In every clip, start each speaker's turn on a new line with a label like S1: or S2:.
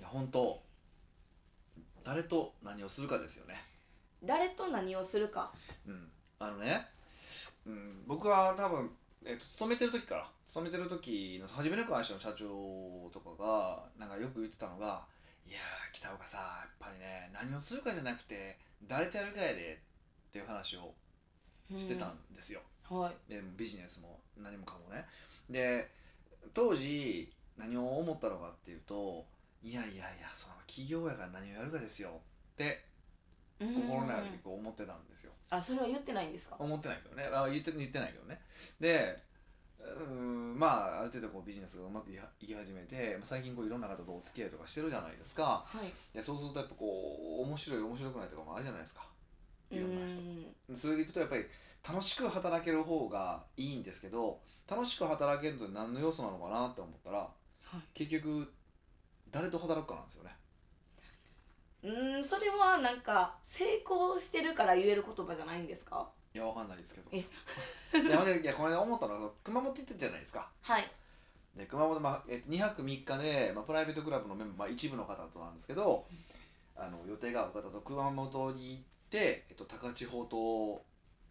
S1: や本当誰と何をするかですよね
S2: 誰と何をするか
S1: うんあのね、うん、僕は多分、えっと勤めてる時から勤めてる時の初めの会社の社長とかがなんかよく言ってたのが「いやー北岡さやっぱりね何をするかじゃなくて誰とやるかやで」っていう話をしてたんですよ、
S2: うんはい
S1: でビジネスも何もかもねで当時何を思ったのかっていうと「いやいやいやその企業やから何をやるかですよ」って心の中で
S2: うん
S1: 結構思ってたんですよ
S2: あそれは言ってないんですか
S1: 思ってないけどねあ言って言ってないけどねでうーんまあある程度こうビジネスがうまくいはいき始めてまあ最近こういろんな方とお付き合いとかしてるじゃないですか
S2: はい
S1: でそうするとやっぱこう面白い面白くないとかもあるじゃないですかいろんな人
S2: うん
S1: それでいくとやっぱり楽しく働ける方がいいんですけど楽しく働けると何の要素なのかなって思ったら
S2: はい
S1: 結局誰と働くかなんですよね
S2: うーんそれはなんか成功してるから言える言葉じゃないんですか
S1: いやわかんないですけど
S2: え
S1: いやほん でいやこの間思ったのが熊本行ってたじゃないですか
S2: はい
S1: で熊本、まあえっと2泊3日で、まあ、プライベートクラブのメンバー、まあ、一部の方となんですけどあの予定がある方と熊本に行って、えっと、高千穂と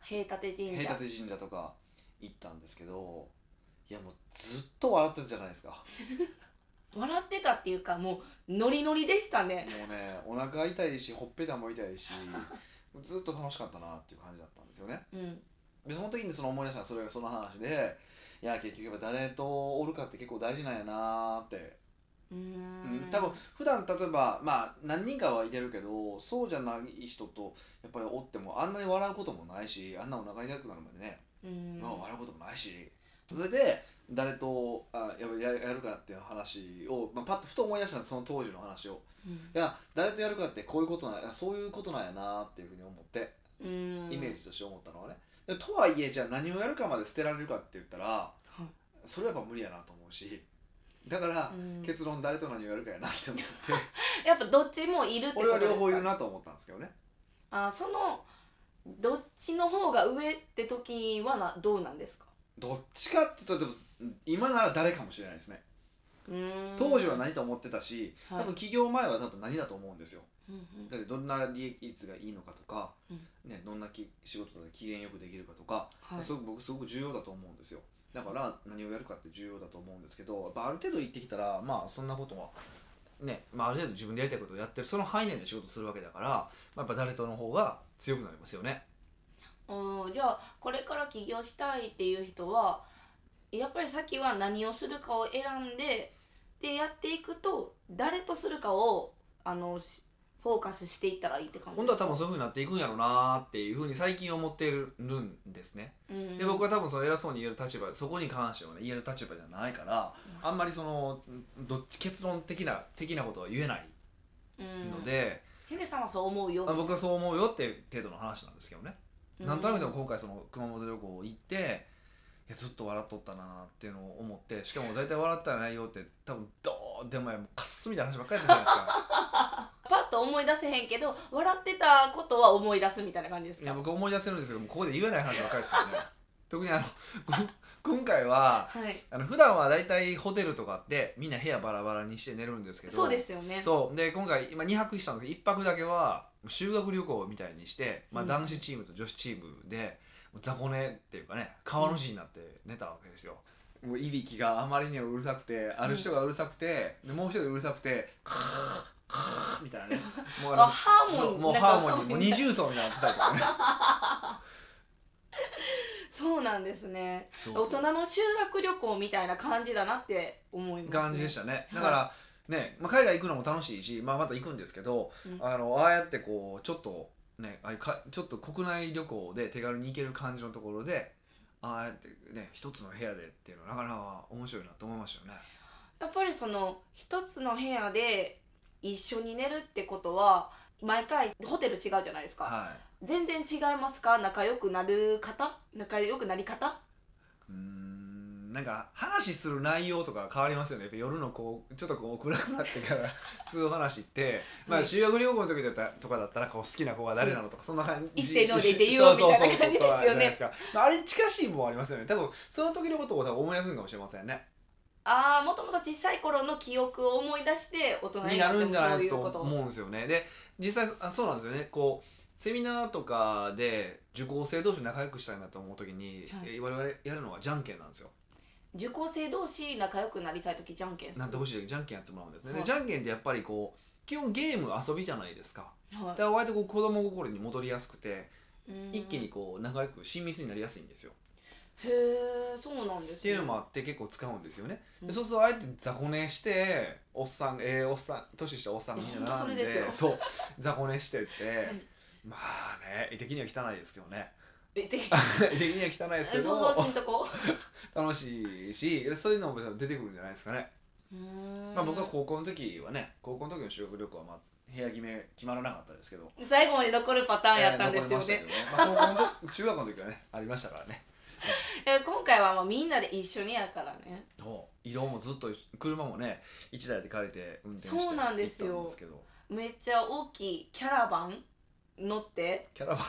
S2: 平立神
S1: 平
S2: 社
S1: 立神社とか行ったんですけどいやもうずっと笑ってたじゃないですか
S2: 笑ってたっていうかもうノリノリでしたね
S1: もうねお腹痛いしほっぺたも痛いしずっと楽しかったなっていう感じだったんですよね
S2: うん
S1: でその時にその思い出したのはそれがその話でいや結局やっぱ誰とおるかって結構大事なんやなーって
S2: うー
S1: うん
S2: ん
S1: 多分普段例えばまあ何人かはいてるけどそうじゃない人とやっぱりおってもあんなに笑うこともないしあんなお腹痛くなるまでね、
S2: うーん
S1: まあ笑うこともないしそれで誰とあやっぱややるかっていう話を、まあ、パッとふと思い出したんですその当時の話を
S2: うん
S1: いや誰とやるかってこういうことなんやそういうことなんやなっていうふうに思って
S2: うーん
S1: イメージとして思ったのはね、でとはいえじゃあ何をやるかまで捨てられるかって言ったら
S2: はい
S1: それはやっぱ無理やなと思うしだから、
S2: うん
S1: 結論誰と何をやるかやな って思って。
S2: やっぱどっちもいるってこと
S1: 俺は
S2: ですか
S1: 両方いるなと思ったんですけどね
S2: あそのどっちの方が上って時はなどうなんですか
S1: どっちかって言うとでも今なら誰かもしれないですね
S2: うーん
S1: 当時は何と思ってたし、
S2: はい
S1: 多分起業前は多分何だと思うんですよ
S2: うんうん
S1: だってどんな利益率がいいのかとか、
S2: うん
S1: ね、どんなき仕事で機嫌よくできるかとか、
S2: はい
S1: すごく僕すごく重要だと思うんですよだから何をやるかって重要だと思うんですけどやっぱある程度言ってきたらまあそんなことはね、まあ、ある程度自分でやりたいことをやってるその範囲内で仕事するわけだから、まあ、やっぱ誰との方が強くなりますよね
S2: うんじゃあこれから起業したいっていう人はやっぱり先は何をするかを選んででやっていくと誰とするかをあのしフォーカスしていったらいいって感じ
S1: 今度は多分そういうふうになっていくんやろうなーっていうふうに最近思ってるんですね、
S2: 分
S1: で僕は多分その偉そうに言える立場そこに関してはね言える立場じゃないから、あんまりそのどっち結論的な的なことは言えないので、
S2: ヒデさんはそう思うよ
S1: あ僕はそう思うよっていう程度の話なんですけどね、
S2: うん
S1: なんとなくでも今回その熊本旅行行っていやずっと笑っとったなーっていうのを思ってしかも大体笑った内容って多分どうでもやもうカッスみたいな話ばっかりやったじゃないですか
S2: パッと思い出せへんけど笑ってたことは思い出すみたいな感じです
S1: いや
S2: か
S1: 僕思い出せるんですけどもうここで言えない話ばっかりですよね特にあのこ今回は
S2: はい
S1: あの普段は大体ホテルとかってみんな部屋バラバラにして寝るんですけど
S2: そうですよね
S1: そうで今回今2泊したんですけど1泊だけは修学旅行みたいにして、まあ、
S2: うん
S1: 男子チームと女子チームでもう雑魚寝っていうかね川の字になって寝たわけですよ、もういびきがあまりにもうるさくてある人がうるさくて、でもう一人うるさくてカーカーみたいな ねもう
S2: あハー
S1: も
S2: モニ
S1: う
S2: ー
S1: もう
S2: なんか
S1: ハーモニーもう二重奏になってたりとか ね
S2: そうなんですね
S1: そうそう
S2: 大人の修学旅行みたいな感じだなって思います、ね、、
S1: 感じでしたたねだから、ね、まあ、海外行くのも楽しいし、まあ、また行くんですけど、
S2: うん
S1: あのああやってこうちょっとねああいうかちょっと国内旅行で手軽に行ける感じのところでああやってね一つの部屋でっていうのはなかなか面白いなと思いましたよね
S2: やっぱりその一つの部屋で一緒に寝るってことは毎回ホテル違うじゃないですか、
S1: はい
S2: 全然違いますか仲良くなる方仲良くなり方
S1: うーんなんか話する内容とか変わりますよねやっぱ夜のこうちょっとこう暗くなってから する話って、ま
S2: は
S1: あ、
S2: い
S1: 修学旅行の時だったらとかだったらこう好きな子は誰なのとかそんな感じ
S2: 一斉ので出ようみたいな感じですよね
S1: そうそうそうそうとかじゃないですかまあ、あれに近しいもんありますよね多分その時のことを多分思い出すのかもしれませんね
S2: ああもともと小さい頃の記憶を思い出して大人
S1: に
S2: に
S1: な
S2: なって
S1: るん
S2: も
S1: じゃ
S2: そ
S1: な
S2: う
S1: い
S2: いう
S1: と
S2: こと
S1: 思うんですよねで実際あそうなんですよねこうセミナーとかで受講生同士仲良くしたいなと思う時に、
S2: はい
S1: え我々やるのはじゃんけんなんですよ
S2: 受講生同士仲良くなりたい時じゃんけんする
S1: なってほしい時じゃんけんやってもらうんですね、
S2: は
S1: で
S2: い
S1: じゃんけんってやっぱりこう基本ゲーム遊びじゃないですか
S2: は
S1: だ
S2: い
S1: から割とこう子供心に戻りやすくて
S2: うん
S1: 一気にこう仲良く親密になりやすいんですよ
S2: へえそうなんですね
S1: っていうのもあって結構使うんですよね、
S2: うん
S1: でそうするとあえて雑魚寝しておっさんええおっさん年下おっさんみんな並んで
S2: いやほんと
S1: そう雑魚寝してって、
S2: い
S1: まあね絵的には汚いですけどね
S2: えで
S1: 絵的には汚いですけ
S2: 想
S1: ど
S2: 像しんとこ
S1: 楽しいしそういうのも出てくるんじゃないですかね、 ま
S2: ま
S1: あ、僕は高校の時はね高校の時の修学旅行は、まあ、部屋決め決まらなかったですけど
S2: 最後まで残るパターンやったんですよ
S1: えー残り
S2: ね、
S1: ましたけどねまあ、高校の時 中学の時はねありましたからね
S2: え今回はもうみんなで一緒にやからね
S1: そう色もずっと車もね1台で借りて運転して
S2: そうなんですよ
S1: 行ったんですけど
S2: めっちゃ大きいキャラバン乗って
S1: キャラバン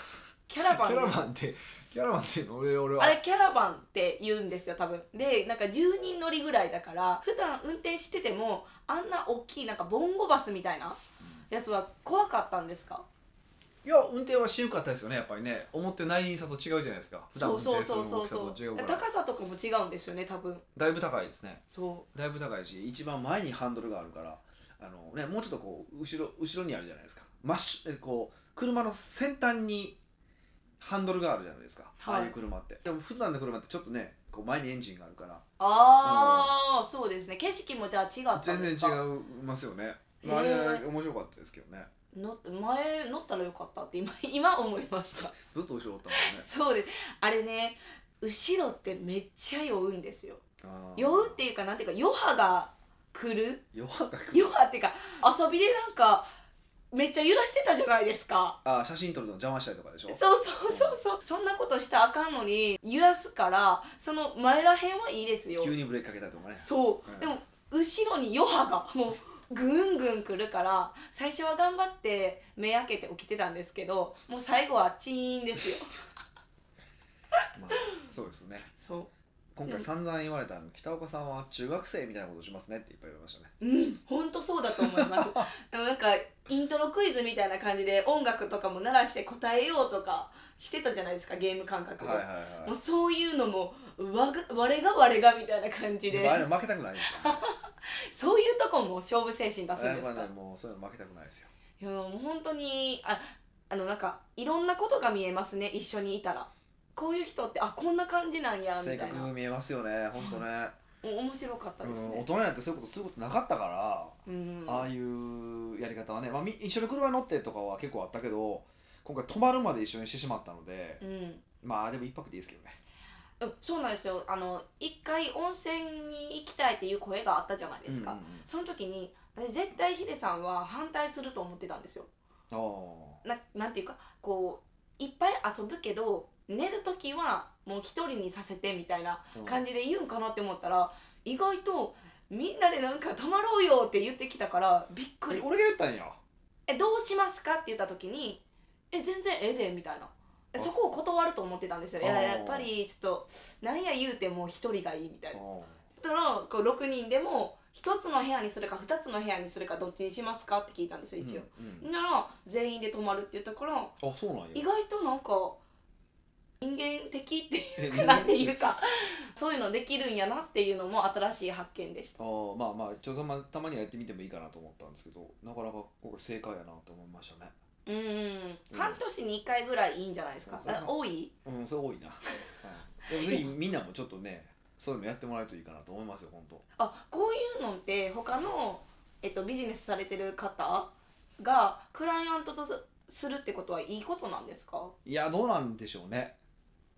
S2: キャラバン
S1: キャ
S2: で
S1: ラ
S2: す
S1: バンってキャラバンっていうの俺俺は
S2: あれキャラバンって言うんですよ多分でなんか10人乗りぐらいだから普段運転しててもあんな大きいなんかボンゴバスみたいなやつは怖かったんですか
S1: いや運転はしよかったですよねやっぱりね思ってない人と違うじゃないですか普段
S2: そ
S1: 運
S2: う
S1: 転する
S2: そう
S1: 大きさ
S2: そうそうそ
S1: と
S2: う
S1: 違うから
S2: 高さとかも違うんですよね多分
S1: だいぶ高いですね
S2: そ
S1: だいぶ高いし一番前にハンドルがあるからあの、ね、もうちょっとこう後ろ後ろにあるじゃないですかマッシュえこう車の先端にハンドルがあるじゃないですか、
S2: はい
S1: ああいう車ってでも普段の車ってちょっとねこう前にエンジンがあるから
S2: うああ、そうですね景色もじゃあ違った
S1: 全
S2: ん
S1: 然違
S2: で
S1: い
S2: すか
S1: ますよね、
S2: へ
S1: まあ、あ
S2: ー
S1: れ面白かったですけどね
S2: の前乗ったらよかったって今 今思いました
S1: ずっと後ろおったもんね
S2: そうですあれね後ろってめっちゃ酔うんですよ
S1: あー
S2: 酔うっていうかなんていうか余波が来る
S1: 弱かった
S2: 余波っていうか遊びでなんかめっちゃ揺らしてたじゃないですか
S1: あー写真撮るの邪魔したりとかでしょ
S2: そうそうそうそうそんなことしたらあかんのに揺らすからその前らへんはいいですよ
S1: 急にブレーキかけたりとかね
S2: そう、
S1: うん
S2: でも後ろに余波がもうぐんぐん来るから最初は頑張って目開けて起きてたんですけどもう最後はチーンですよ
S1: まあ、そうですね
S2: そう
S1: 今
S2: う
S1: 回
S2: ん
S1: 散々言われたあの北岡さんは中学生みたいなことしますねっていっぱい言われましたね
S2: うん、本当そうだと思い ますでもなんかイントロクイズみたいな感じで音楽とかも鳴らして答えようとかしてたじゃないですかゲーム感覚で、
S1: はいはい
S2: も
S1: は
S2: うそういうのもわが我が我がみたいな感
S1: い
S2: じ
S1: で
S2: で
S1: もあれ負けたくないですよ、ね、
S2: そういうとこも勝負精神出
S1: あ
S2: すん
S1: れ
S2: ですか、
S1: はねもうそういうの負けたくないですよ
S2: いやもう本当にああのなんかいろんなことが見えますね一緒にいたらこういう人ってあこんな感じなんやみ
S1: 性
S2: たい
S1: 格
S2: なもう
S1: 見えますよね本当ね、
S2: 面白かった
S1: う
S2: です
S1: ん、大
S2: ね
S1: 人になってそういうことすることなかったから、
S2: うん
S1: ああいうやり方はね、まあ、み一緒に車に乗ってとかは結構あったけど今回泊まるまで一緒にしてしまったので、
S2: うん
S1: まあでも一泊でいいですけどね
S2: うんそうなんですよあの一回温泉に行きたいっていう声があったじゃないですか、
S1: うんうん
S2: その時に私絶対ヒデさんは反対すると思ってたんですよ
S1: うん、ああ
S2: ななんていうかこういっぱい遊ぶけど寝る時はもう一人にさせてみたいな感じで言うんかなって思ったら意外とみんなでなんか泊まろうよって言ってきたからびっく
S1: え
S2: り
S1: 俺が言ったんや
S2: えどうしますかって言った時にえ全然ええでみたいなえ
S1: あ
S2: そこを断ると思ってたんですよいや
S1: あー
S2: やっぱりちょっとなんや言うても一人がいいみたいな
S1: うん
S2: そのこう6人でも1つの部屋にするか2つの部屋にするかどっちにしますかって聞いたんですよ一応、
S1: うん
S2: なら全員で泊まるって言ったから
S1: うん、あそうなんや
S2: 意外となんか人間的ってい
S1: え
S2: うか なんていうかそういうのできるんやなっていうのも新しい発見でした
S1: あーまあまあちょっとたまたまにはやってみてもいいかなと思ったんですけどなかなか今回正解やなと思いましたね
S2: うん半年に1回ぐらいいいんじゃないですか
S1: そうそう
S2: あ多い
S1: うんそれ多いな、はい、でもぜひみんなもちょっとねそういうのやってもらえるといいかなと思いますよ本当
S2: あこういうのって他の、えっと、ビジネスされてる方がクライアントとすするってことはいいことなんですか
S1: いやどうなんでしょうね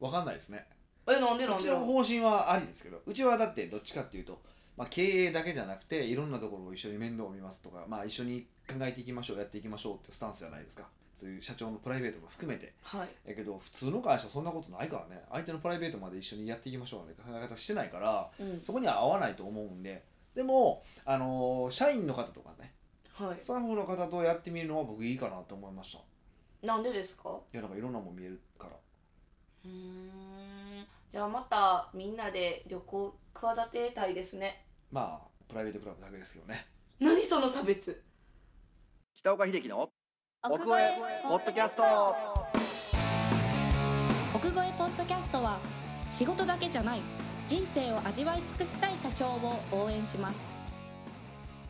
S1: わかんないですね
S2: えなんで
S1: う
S2: なん
S1: ち
S2: で
S1: の方針はありですけどうちはだってどっちかっていうと、まあ、経営だけじゃなくていろんなところを一緒に面倒を見ますとか、まあ、一緒に考えていきましょうやっていきましょうっていうスタンスじゃないですかそういう社長のプライベートも含めて
S2: はい
S1: やけど普通の会社そんなことないからね相手のプライベートまで一緒にやっていきましょうなんて考え方してないから
S2: うん
S1: そこには合わないと思うんででも、あのー社員の方とかね
S2: は
S1: スタッフの方とやってみるのは僕いいかなと思いましたい
S2: い、なんでですか
S1: やなんかいろんなもん見えるから
S2: うーんじゃあまたみんなで旅行企てたいですね
S1: まあプライベートクラブだけですけどね
S2: 何その差別
S1: 北岡秀樹の奥越えポッドキャスト
S3: 奥越えポッドキャストは仕事だけじゃない人生を味わい尽くしたい社長を応援します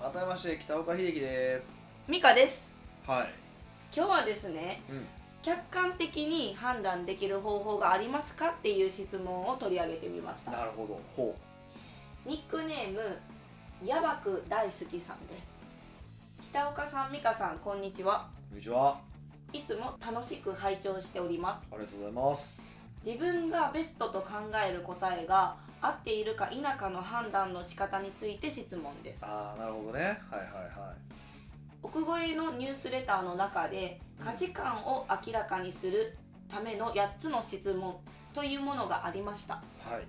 S1: 改めまして北岡秀樹です
S2: ミカです
S1: はい
S2: 今日はですね
S1: うん
S2: 客観的に判断できる方法がありますかっていう質問を取り上げてみました
S1: なるほどほ
S2: ニックネームヤバく大好きさんです北岡さん美香さんこんにちは
S1: うこんにちはい
S2: つも楽しく拝聴しております
S1: ありがとうございます
S2: 自分がベストと考える答えが合っているか否かの判断の仕方について質問です
S1: ああなるほどねはいはいはい
S2: 奥越えのニュースレターの中で価値観を明らかにするための8つの質問というものがありました
S1: はい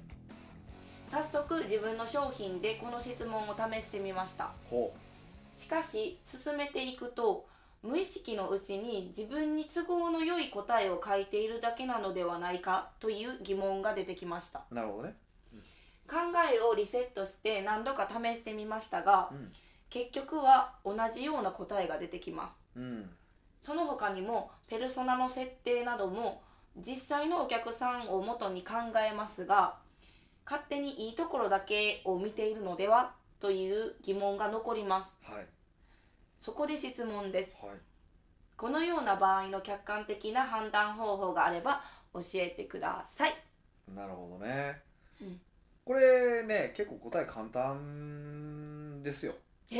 S2: 早速自分の商品でこの質問を試してみました
S1: ほ
S2: しかし進めていくと無意識のうちに自分に都合の良い答えを書いているだけなのではないかという疑問が出てきました
S1: うなるほどね
S2: 考えをリセットして何度か試してみましたが
S1: うん
S2: 結局は同じような答えが出てきます
S1: うん
S2: その他にもペルソナの設定なども実際のお客さんを元に考えますが勝手にいいところだけを見ているのではという疑問が残ります
S1: はい
S2: そこで質問です
S1: はい
S2: このような場合の客観的な判断方法があれば教えてください
S1: なるほどね、
S2: うん
S1: これね結構答え簡単ですよ
S2: へ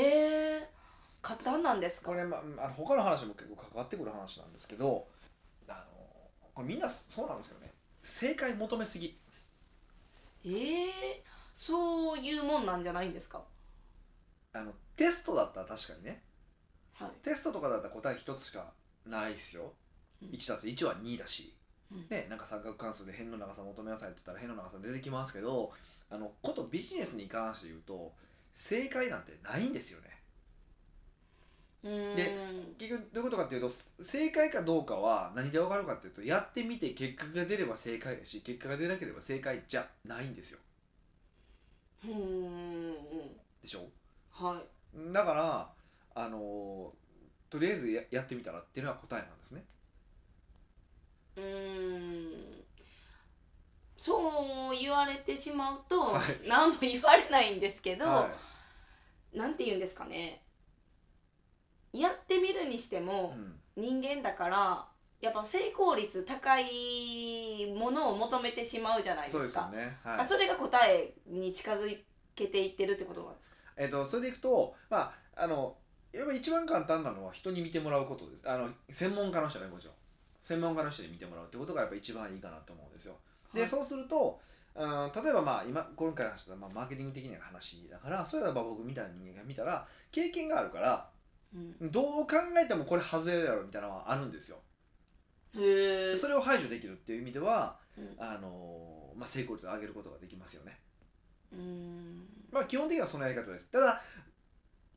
S2: え簡単なんですか
S1: これ、まあ、あの他の話も結構関わってくる話なんですけどあのこれみんなそうなんですけどね正解求めすぎ
S2: ええそういうもんなんじゃないんですか
S1: あのテストだったら確かにね
S2: はい
S1: テストとかだったら答え一つしかないっすよ
S2: うん
S1: 1+1 は2だし、
S2: うん
S1: ね、なんか三角関数で辺の長さ求めなさいって言ったら辺の長さ出てきますけどあのことビジネスに関して言うと正解なんてないんですよね
S2: うーん
S1: で結局どういうことかっていうとす正解かどうかは何で分かるかっていうとやってみて結果が出れば正解だし結果が出なければ正解じゃないんですよ
S2: うーん
S1: でしょ
S2: はい
S1: だからあのとりあえずややってみたらっていうのは答えなんですね
S2: うーんそう言われてしまうと、
S1: はい
S2: 何も言われないんですけど、
S1: は
S2: なんて言うんですかねやってみるにして
S1: い、う
S2: も
S1: ん、
S2: 人間だからやっぱ成功率高いものを求めてしまうじゃないです
S1: そう
S2: か
S1: ですよねはい
S2: あそれが答えに近づけていってるってことなんですか
S1: えっとそれでいくとまああのやっぱ一番簡単なのは人に見てもらうことですあの専門家の人ねもちろん専門家の人に見てもらうってことがやっぱ一番いいかなと思うんですよで、
S2: はい
S1: そうするとうん例えばまあ今今回の話だとまあマーケティング的な話だからそういえば僕みたいな人間が見たら経験があるから
S2: うん
S1: どう考えてもこれ外れるやろみたいなのはあるんですよ
S2: へえ
S1: でそれを排除できるっていう意味では
S2: うん
S1: あの、まあ、成功率を上げることができますよね
S2: うーん
S1: まあ基本的にはそのやり方です。ただ、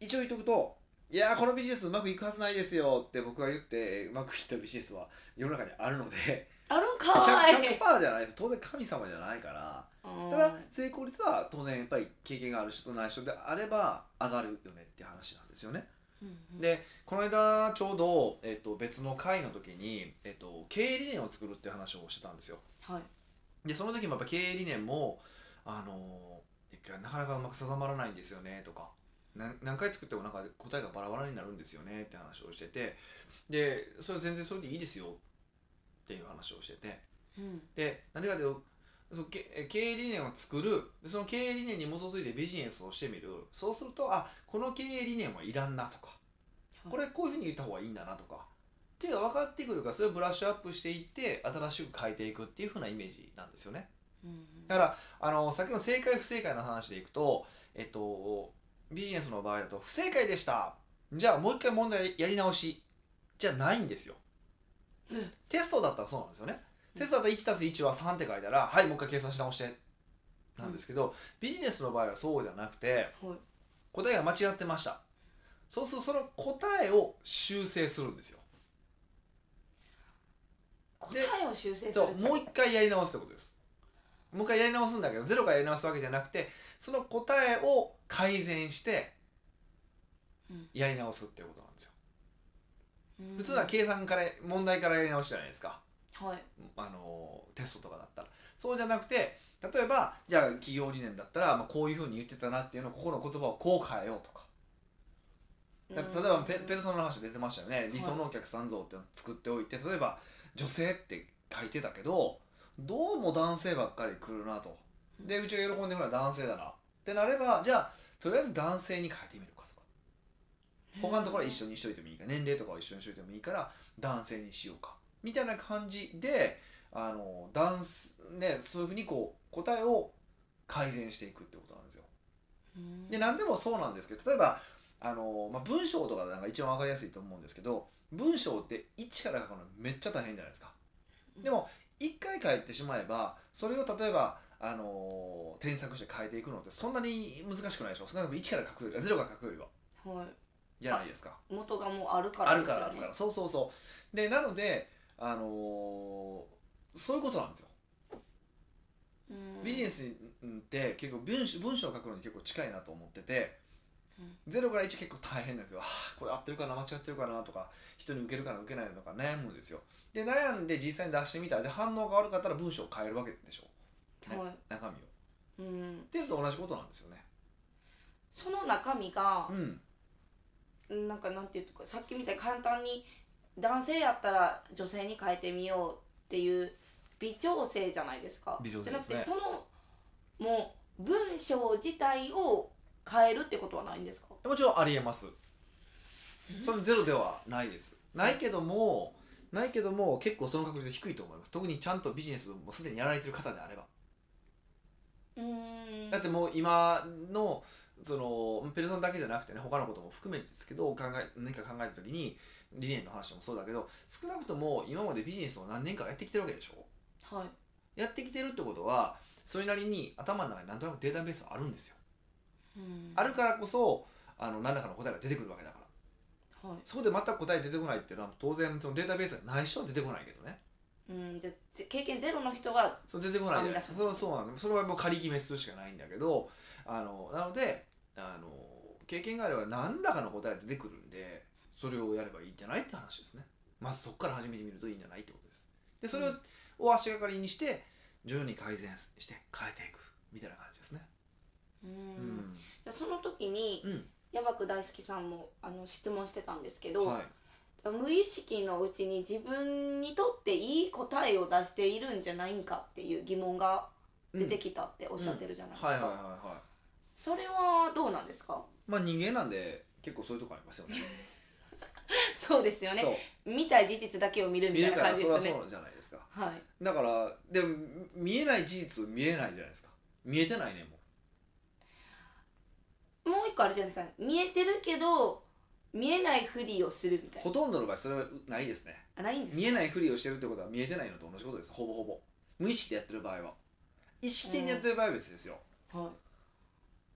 S1: 一応言っとくと、いやーこのビジネスうまくいくはずないですよって僕が言ってうまくいったビジネスは世の中にあるので
S2: あるんか
S1: 100%,
S2: ーい
S1: じゃないです当然神様じゃないからた
S2: う
S1: だ
S2: ん
S1: 成功率は当然やっぱり経験がある人とない人であれば上がるよねっていう話なんですよね。
S2: うん
S1: でこの間ちょうど、えっと別の会の時に、えっと経営理念を作るっていう話をしてたんですよ。
S2: はい
S1: でその時もやっぱ経営理念もあのー一回なかなかうまく定まらないんですよねとかなん何回作ってもなんか答えがバラバラになるんですよねって話をしててでそれ全然それでいいですよっていう話をしてて
S2: うん
S1: でなんでかというとそうけ経営理念を作るでその経営理念に基づいてビジネスをしてみるそうするとあこの経営理念はいらんなとか
S2: い
S1: これこういうふうに言った方がいいんだなとかっていうのが分かってくるからそれをブラッシュアップしていって新しく変えていくっていうふうなイメージなんですよね。
S2: うん
S1: だからあの先の正解不正解の話でいくと、えっと、ビジネスの場合だと不正解でしたじゃあもう一回問題やり直しじゃないんですよ、
S2: うん
S1: テストだったらそうなんですよね
S2: うん
S1: テストだったら 1+1 は3って書いたらはいもう一回計算し直してなんですけど、ビジネスの場合はそうじゃなくて
S2: はい
S1: 答えが間違ってましたそうするとその答えを修正するんですよ
S2: 答えを修正する
S1: そうもう一回やり直すってことですもう一回やり直すんだけどゼロからやり直すわけじゃなくてその答えを改善して
S2: うん
S1: やり直すっていうことなんですよ、
S2: うん
S1: 普通は計算から問題からやり直しじゃないですか
S2: はい
S1: あのテストとかだったらそうじゃなくて例えばじゃあ企業理念だったら、まあ、こういうふうに言ってたなっていうのをここの言葉をこう変えようとかだ例えばペペルソナの話出てましたよね理想のお客さん像っていうのを作っておいて例えば女性って書いてたけどどうも男性ばっかり来るなとでうちが喜んでるのは男性だなってなればじゃあとりあえず男性に変えてみるかとか他のところは一緒にしといてもいいから年齢とかは一緒にしといてもいいから男性にしようかみたいな感じであのダンスねそういうふうにこう答えを改善していくってことなんですよ。
S2: うん
S1: で何でもそうなんですけど例えばあの、まあ、文章とかなんか一番わかりやすいと思うんですけど文章って一から書くのめっちゃ大変じゃないですか。でも一回書いてしまえばそれを例えばあの添削して変えていくのってそんなに難しくないでしょ少なくとも1から書くよりは0から書くよりは
S2: はい
S1: じゃないですか。
S2: 元がもうあるから
S1: あ
S2: で
S1: る
S2: すよ
S1: か
S2: ね
S1: らあるからそうそうそうでなのであのーそういうことなんですよ
S2: うん
S1: ビジネスにって結構文章文章を書くのに結構近いなと思ってて、
S2: うん
S1: ゼロから1結構大変なんですよ、はあ、これ合ってるかな間違ってるかなとか人に受けるかな受けないのか悩むんですよで悩んで実際に出してみたらで反応が悪かったら文章を変えるわけでしょね
S2: はい
S1: 中身をっ
S2: うん、
S1: ていうのと同じことなんですよね
S2: その中身が
S1: う、ん
S2: なんかなんていうかさっきみたいに簡単に男性やったら女性に変えてみようっていう微調整じゃないですか
S1: 微調整ですね
S2: じゃなくてそのもう文章自体を変えるってことはないんですか
S1: もちろんありえますそれゼロではないですないけどもないけども結構その確率低いと思います特にちゃんとビジネスもすでにやられてる方であれば
S2: うーん
S1: だってもう今のそのペルソンだけじゃなくてね他のことも含めてですけど考え何か考えた時に理念の話もそうだけど少なくとも今までビジネスを何年かやってきてるわけでしょ
S2: はい
S1: やってきてるってことはそれなりに頭の中になんとなくデータベースはあるんですよ
S2: うん
S1: あるからこそあの何らかの答えが出てくるわけだから
S2: は
S1: そこで全く答え出てこないっていうのは当然そのデータベースがない人は出てこないけどね
S2: い、うん、じゃあぜ経験ゼロの人が
S1: そう出てこないじゃないですか
S2: あ
S1: そう
S2: 皆さ
S1: そうなんでそれはもう仮決めするしかないんだけどあのなのであの経験があれば何らかの答えが出てくるんでそれをやればいいんじゃないって話ですねまずそこから始めてみるといいんじゃないってことですでそれを,、
S2: うん
S1: 足がかりにして徐々に改善して変えていくみたいな感じですね
S2: うん、
S1: うん、
S2: じゃあその時に、
S1: うん
S2: ヤバく大好きさんもあの質問してたんですけど、
S1: はい、
S2: 無意識のうちに自分にとっていい答えを出しているんじゃないんかっていう疑問が出てきたっておっしゃってるじゃないですか、
S1: はいはいはいはい
S2: それはどうなんですか
S1: まあ人間なんで結構そういうとこあります よね
S2: そうですよね
S1: そ
S2: 見たい事実だけを見る
S1: う見
S2: みた
S1: る
S2: いな
S1: か
S2: 感
S1: ら
S2: じ
S1: それ
S2: で
S1: は
S2: す
S1: そ
S2: ね
S1: うじゃないですか
S2: はい
S1: だからでも見えない事実見えないじゃないですか見えてないねもう
S2: もう一個あるじゃないですか見えてるけど見えないふりをするみたい
S1: ほ
S2: な
S1: とんどの場合それはないですね
S2: あないんです
S1: 見
S2: か
S1: えないふりをしてるってことは見えてないのと同じことですほぼほぼ無意識でやってる場合は意識的にやってる場合は別ですよ、
S2: は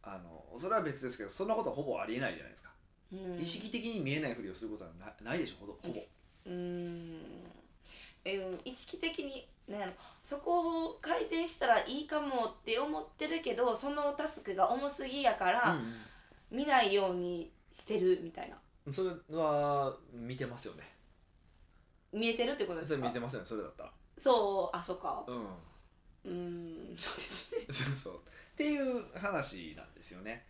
S1: あのそれは別ですけどそんなことはほぼありえないじゃないですか、
S2: い、うん
S1: 意識的に見えないふりをすることはなないでしょほぼほぼ、
S2: うーんえー意識的に、ね、あのそこを改善したらいいかもって思ってるけどそのタスクが重すぎやから、見ないようにしてるみたいな
S1: うんそれは見てますよね
S2: 見えてるってことで
S1: そ
S2: す
S1: れ見
S2: か
S1: てますよねそれだったら
S2: そうあそうか
S1: うん
S2: うーんそうですね
S1: そうそうっていう話なんですよね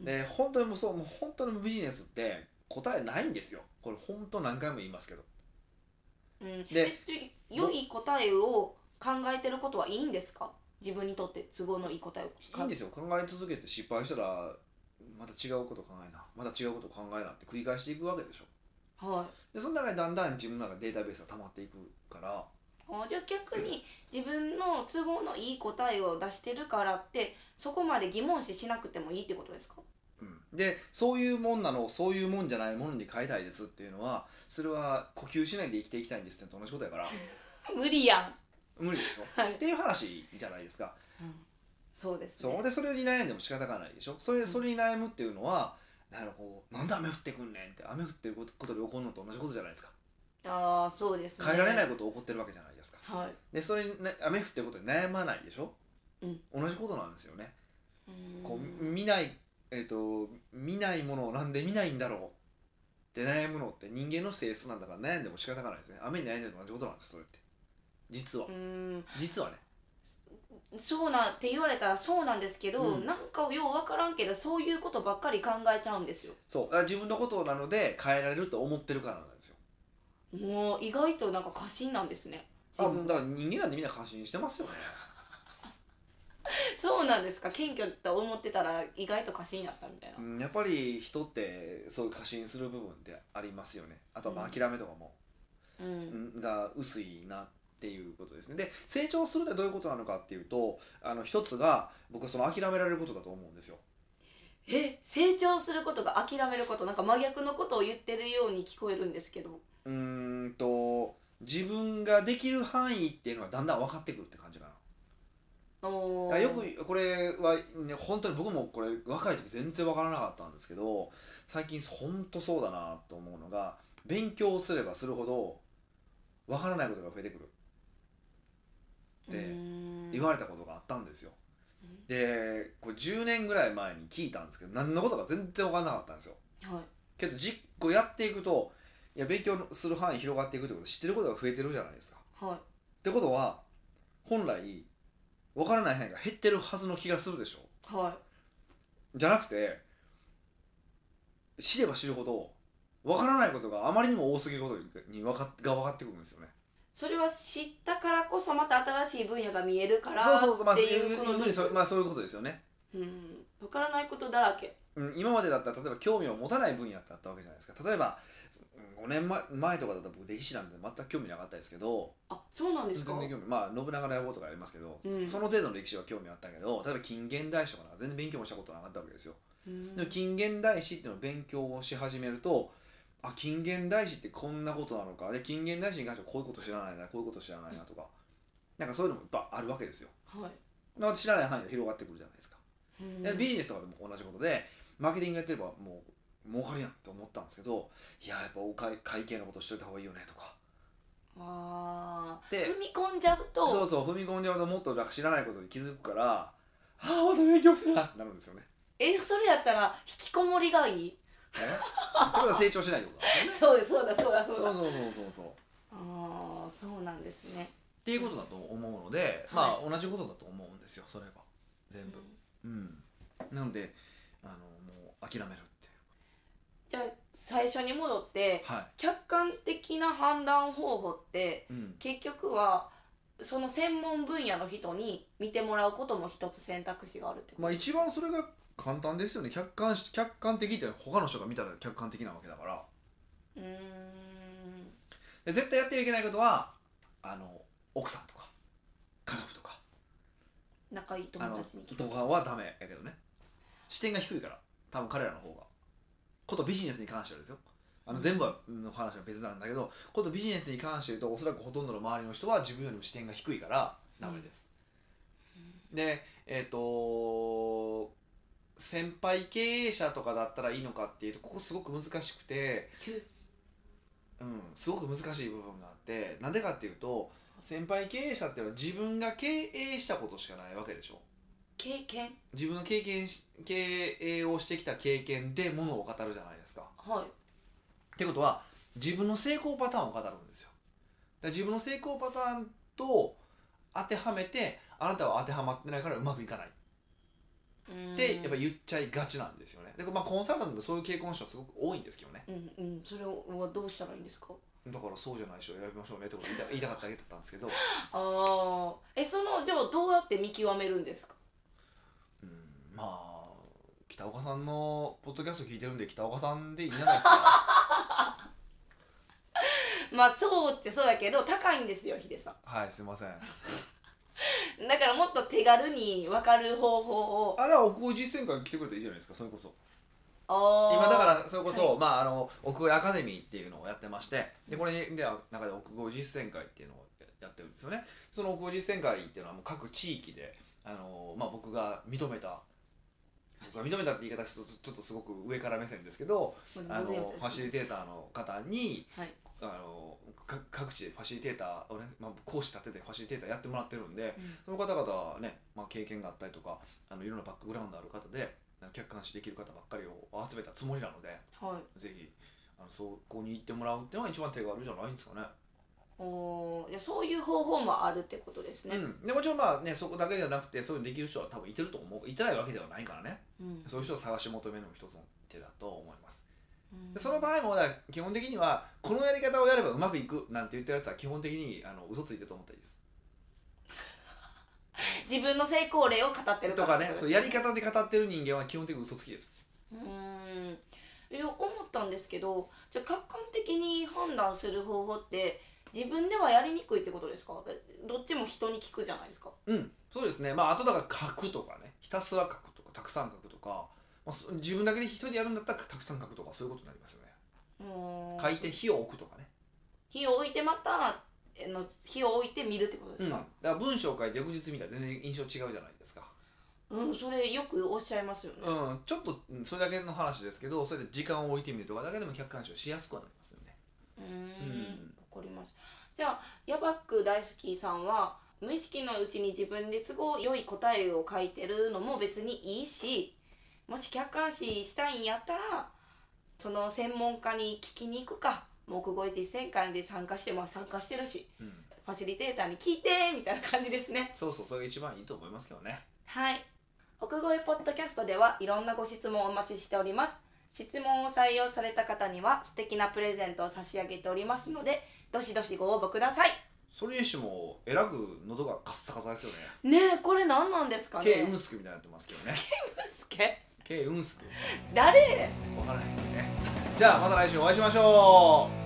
S1: で本当にもうそうもう本当にビジネスって答えないんですよこれ本当何回も言いますけど
S2: うん
S1: で
S2: えで良い答えを考えてることはいいんですか自分にとって都合のいい答えを
S1: いいんですよ考え続けて失敗したらまた違うこと考えなまた違うこと考えなって繰り返していくわけでしょ
S2: はい
S1: でその中にだんだん自分の中でデータベースが溜まっていくから
S2: あじゃあ逆に自分の都合のいい答えを出してるからってそこまで疑問視しなくてもいいってことですか
S1: でそういうもんなのをそういうもんじゃないものに変えたいですっていうのはそれは呼吸しないで生きていきたいんですってのと同じことやから
S2: 無理やん、
S1: 無理でしょ
S2: はい
S1: っていう話じゃないですか
S2: そうですね
S1: そうでそれに悩んでも仕方がないでしょそれそれに悩むっていうのはなんかこうなんで雨降ってくんねんって雨降ってることことで起こるのと同じことじゃないですか
S2: ああそうですね
S1: 変えられない
S2: こ
S1: こと起こってるわけじゃないですか
S2: とはい
S1: でそれにね雨降ってることに悩まないでしょ同じことなんですよね。
S2: うん
S1: こう見ない、えっと見ないものをなんで見ないんだろうって悩むのって人間の性質なんだから悩んでも仕方がないですね雨に悩んでるのと同じことなんですよそれって実は
S2: うん
S1: 実はね
S2: そうなんって言われたらそうなんですけど、
S1: うん
S2: なんかよう分からんけどそういうことばっかり考えちゃうんですよ
S1: そうだから自分のことなので変えられると思ってるからなんですよ
S2: もう意外となんか過信なんですね
S1: あ
S2: 自分
S1: だから人間なんてみんな過信してますよね
S2: そうなんですか謙虚って思ってたら意外と過信だったみたいな
S1: うんやっぱり人ってそういう過信する部分ってありますよねあとはまあ
S2: うん
S1: 諦めとかも、
S2: うん、
S1: うんが薄いなっていうことですねで成長するってどういうことなのかっていうとあの一つが僕その諦められることだと思うんですよ
S2: え成長することが諦めることなんか真逆のことを言ってるように聞こえるんですけど
S1: うーんと自分ができる範囲っていうのはだんだん分かってくるって感じか
S2: お
S1: な
S2: ー
S1: よくこれは、ね、本当に僕もこれ若い時全然分からなかったんですけど最近本当そうだなと思うのが勉強すればするほど分からないことが増えてくるって言われたことがあったんですよ
S2: うん
S1: でこれ10年ぐらい前に聞いたんですけど何のことか全然分からなかったんですよ
S2: はい
S1: けど実こうやっていくといや勉強する範囲広がっていくってこと知ってることが増えてるじゃないですか
S2: はい
S1: ってことは本来分からない範囲が減ってるはずの気がするでしょ
S2: は
S1: じゃなくて知れば知るほど分からないことがあまりにも多すぎることに分かっが分かってくるんですよね。
S2: いそれは知ったからこそまた新しい分野が見えるから
S1: そうそうそうまあ
S2: っ
S1: そう
S2: て
S1: い
S2: いうう
S1: いう
S2: こ
S1: ふう
S2: の
S1: にそう,、まあ、そういうことですよね。
S2: うん分からないことだらけ
S1: うん、今までだったら例えば興味を持たない分野ってあったわけじゃないですか例えば5年前前とかだったら僕歴史なんて全く興味なかったですけど
S2: あそうなんです
S1: 全
S2: か
S1: 然興味まあ信長の野望とかありますけど、
S2: うん
S1: その程度の歴史は興味あったけど例えば近現代史とかなんか全然勉強もしたことなかったわけですよ。
S2: うん
S1: でも近現代史っていうのを勉強をし始めるとあ近現代史ってこんなことなのかで近現代史に関してはこういうこと知らないなこういうこと知らないなとかなんかそういうのもいっぱいあるわけですよ。
S2: はい
S1: だから知らない範囲が広がってくるじゃないですか。
S2: うん
S1: でビジネスとかでも同じことでマーケティングやってればもう儲かるやんって思ったんですけどいややっぱお会会計のことしといた方がいいよねとか
S2: あー
S1: で
S2: 踏み込んじゃうと
S1: そうそう踏み込んでゃうともっとなんか知らないことに気づくからああまた勉強するなってなるんですよね。
S2: えそれやったら引きこもりがいい
S1: えってことは成長しないようだからね。
S2: そうそうだそうだ
S1: そ
S2: そううだ
S1: そうそうそうそう。
S2: ああそうなんですね
S1: っていうことだと思うので、
S2: は
S1: まあ同じことだと思うんですよそれは全部うん、なのであのもう諦めるっていう
S2: じゃあ最初に戻って
S1: は
S2: 客観的な判断方法って
S1: い、うん、
S2: 結局はその専門分野の人に見てもらうことも一つ選択肢があるってこと
S1: まあ一番それが簡単ですよね客観し客観的って他の人が見たら客観的なわけだから
S2: うーん
S1: で絶対やってはいけないことはあの奥さんとか家族とか
S2: 仲いい
S1: あ
S2: 友
S1: の
S2: 達に聞
S1: とかはダメやけどね視点が低いから多分彼らの方がことビジネスに関してはですよあの全部の話は別なんだけどことビジネスに関して言うとおそらくほとんどの周りの人は自分よりも視点が低いからダメです、でえっ、と先輩経営者とかだったらいいのかっていうとここすごく難しくて、
S2: く
S1: うん、すごく難しい部分があってなんでかっていうと先輩経営者っていうのは自分が経営したことしかないわけでしょ
S2: 経験
S1: 自分の経験し経営をしてきた経験でものを語るじゃないですか。
S2: はい
S1: ってことは自分の成功パターンを語るんですよ。だから自分の成功パターンと当てはめてあなたは当てはまってないからうまくいかないってやっぱ言っちゃいがちなんですよね。でまあコンサルタントでもそういう経験の人はすごく多いんですけどね。
S2: うんうんそれはどうしたらいいんですか
S1: だからそうじゃない人を選びましょうねってことを言いた言いたかっただけだったんですけど、
S2: ああえそのじゃあどうやって見極めるんですか
S1: うん、まあ北岡さんのポッドキャスト聞いてるんで北岡さんでいいんじゃないですか。
S2: まあそうってそうやけど高いんですよヒデさ
S1: はいすいません。
S2: んだからもっと手軽に分かる方法を
S1: あら奥越実践会に来てくれたらいいじゃないですかそれこそ。
S2: あー
S1: 今だからそれこそ、
S2: はい
S1: まああの奥越アカデミーっていうのをやってましてでこれでは中で奥越実践会っていうのをやってるんですよねその奥越実践会っていうのはもう各地域であの、まあ、僕が認めた僕が認めたって言い方するとちょっとすごく上から目線ですけどあのファシリ
S2: テ
S1: テーターの方に
S2: はい
S1: あのか各地でファシリテーターをね、まあ、講師立ててファシリテーターやってもらってるんで
S2: うん
S1: その方々はね、まあ、経験があったりとかあのいろんなバックグラウンドある方であの客観視できる方ばっかりを集めたつもりなので
S2: はい
S1: ぜひあのそこに行ってもらうっていうのが一番手軽じゃないんですかね。
S2: おーいやそういう方法もあるってことですね、
S1: うん、でもちろんまあねそこだけじゃなくてそういうのできる人は多分いてると思ういてないわけではないからね
S2: うん
S1: そういう人を探し求めるのも一つの手だと思います
S2: うん
S1: でその場合もだから基本的にはこのやり方をやればうまくいくなんて言ってるやつは基本的にあの嘘ついてると思ったりです
S2: 自分の成功例を語ってる
S1: とかね
S2: ってこ
S1: そ
S2: と
S1: う
S2: で
S1: や
S2: す
S1: り方で語ってる人間は基本的に嘘つきです
S2: うーんいや思ったんですけどじゃあ客観的に判断する方法って自分ではやりにくいってことですかえどっちも人に聞くじゃないですか
S1: うんそうですねまああとだから書くとかねひたすら書くとかたくさん書くとか、まあ、そ自分だけで一人でやるんだったらたくさん書くとかそういうことになりますよね
S2: うーん
S1: 書いて火を置くとかね
S2: 火を置いてまたえの火を置いて見るってことで
S1: うん
S2: す
S1: だ
S2: か
S1: か、ら文章を書いて翌日見たら全然印象違うじゃないですか
S2: うんそれよくおっしゃいますよね、
S1: うん、ちょっとうんそれだけの話ですけどそれで時間を置いてみるとかだけでも客観視をしやすくはなりますよね。
S2: うーん、わかりました。じゃあ、ヤバック大好きさんは、無意識のうちに自分で都合良い答えを書いてるのも別にいいし、もし客観視したいんやったら、その専門家に聞きに行くか、木語実践会で参加して、まあ参加してるし、
S1: うん、
S2: ファシリテーターに聞いてみたいな感じですね。
S1: そうそうそれが一番いいと思いますけどね。
S2: はい。奥越ポッドキャストではいろんなご質問をお待ちしております。質問を採用された方には素敵なプレゼントを差し上げておりますので、どしどしご応募ください。
S1: それにしてもえらく喉がカッサカサですよね。
S2: ねえ、これ何なんですかね。
S1: K ウンスクみたいになってますけどね。
S2: すけ
S1: K ウンスク
S2: 誰
S1: わからないけどね。じゃあまた来週お会いしましょう